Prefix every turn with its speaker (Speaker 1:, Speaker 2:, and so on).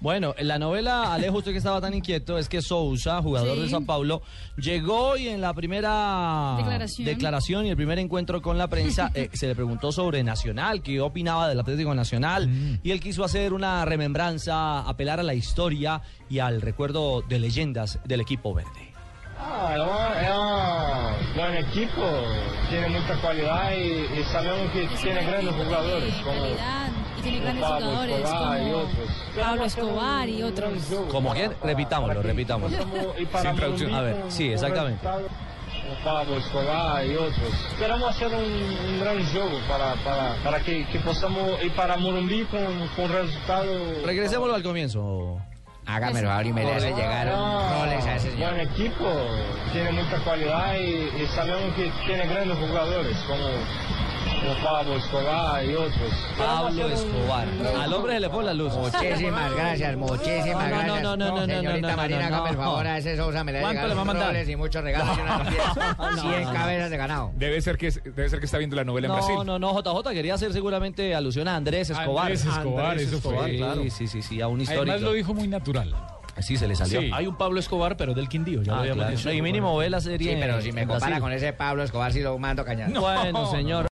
Speaker 1: Bueno, en la novela, Alejo, usted que estaba tan inquieto, es que Sousa, jugador
Speaker 2: Sí.
Speaker 1: de San Pablo, llegó y en la primera
Speaker 2: Declaración.
Speaker 1: declaración y el primer encuentro con la prensa eh, se le preguntó sobre Nacional, qué opinaba del Atlético Nacional,
Speaker 2: Mm.
Speaker 1: y él quiso hacer una remembranza, apelar a la historia y al recuerdo de leyendas del equipo verde.
Speaker 3: Ah, era, un buen equipo, tiene mucha cualidad y, y sabemos que tiene grandes jugadores como
Speaker 2: calidad, y tiene grandes
Speaker 3: Pablo
Speaker 2: jugadores
Speaker 3: Escobar y
Speaker 2: como
Speaker 3: otros.
Speaker 2: Pablo Escobar y otros.
Speaker 1: ¿Como quién? Repitámoslo, repitámoslo.
Speaker 3: Y para
Speaker 4: Sin traducción.
Speaker 3: Morumbí,
Speaker 1: A ver, sí,
Speaker 3: un
Speaker 1: exactamente.
Speaker 3: resultado con Pablo Escobar y otros. Esperamos hacer un, un gran juego para, para, para que, que podamos ir para Morumbí con, con resultado.
Speaker 1: Regresémoslo al comienzo.
Speaker 5: Hágamelo ahora y me le hace llegar un
Speaker 3: Ah,
Speaker 5: roles a ese señor.
Speaker 3: Buen equipo, tiene mucha cualidad y, y sabemos que tiene grandes jugadores como, como Pablo Escobar y otros.
Speaker 1: Pablo Escobar. Al hombre se le pone la luz.
Speaker 5: Muchísimas gracias,
Speaker 1: No, no,
Speaker 5: muchísimas gracias.
Speaker 1: no, no, no, no,
Speaker 5: señorita
Speaker 1: no, no,
Speaker 5: Marina,
Speaker 1: no,
Speaker 5: hágame el
Speaker 1: no.
Speaker 5: favor a ese Sousa, me le hace
Speaker 1: ¿Cuánto le
Speaker 5: llegar
Speaker 1: va a
Speaker 5: unos
Speaker 1: mandar?
Speaker 5: roles y muchos regalos y unas 100
Speaker 1: No, no.
Speaker 5: cabezas de ganado.
Speaker 4: Debe ser que es- debe ser que está viendo la novela en Brasil.
Speaker 1: No, no, no, JJ quería hacer seguramente alusión a Andrés Escobar.
Speaker 4: Andrés Escobar, eso fue.
Speaker 1: claro. Sí, sí, sí, sí, a un histórico.
Speaker 4: Además lo dijo muy natural.
Speaker 1: Así se le salió.
Speaker 4: Sí.
Speaker 6: Hay un Pablo Escobar, pero del Quindío, ya lo
Speaker 1: Ah,
Speaker 6: habíamos
Speaker 1: claro.
Speaker 6: dicho.
Speaker 1: Y mínimo ve la serie.
Speaker 5: Sí, pero si
Speaker 1: en
Speaker 5: me compara
Speaker 1: Brasil.
Speaker 5: con ese Pablo Escobar, sí lo mando cañado.
Speaker 1: Bueno, señor.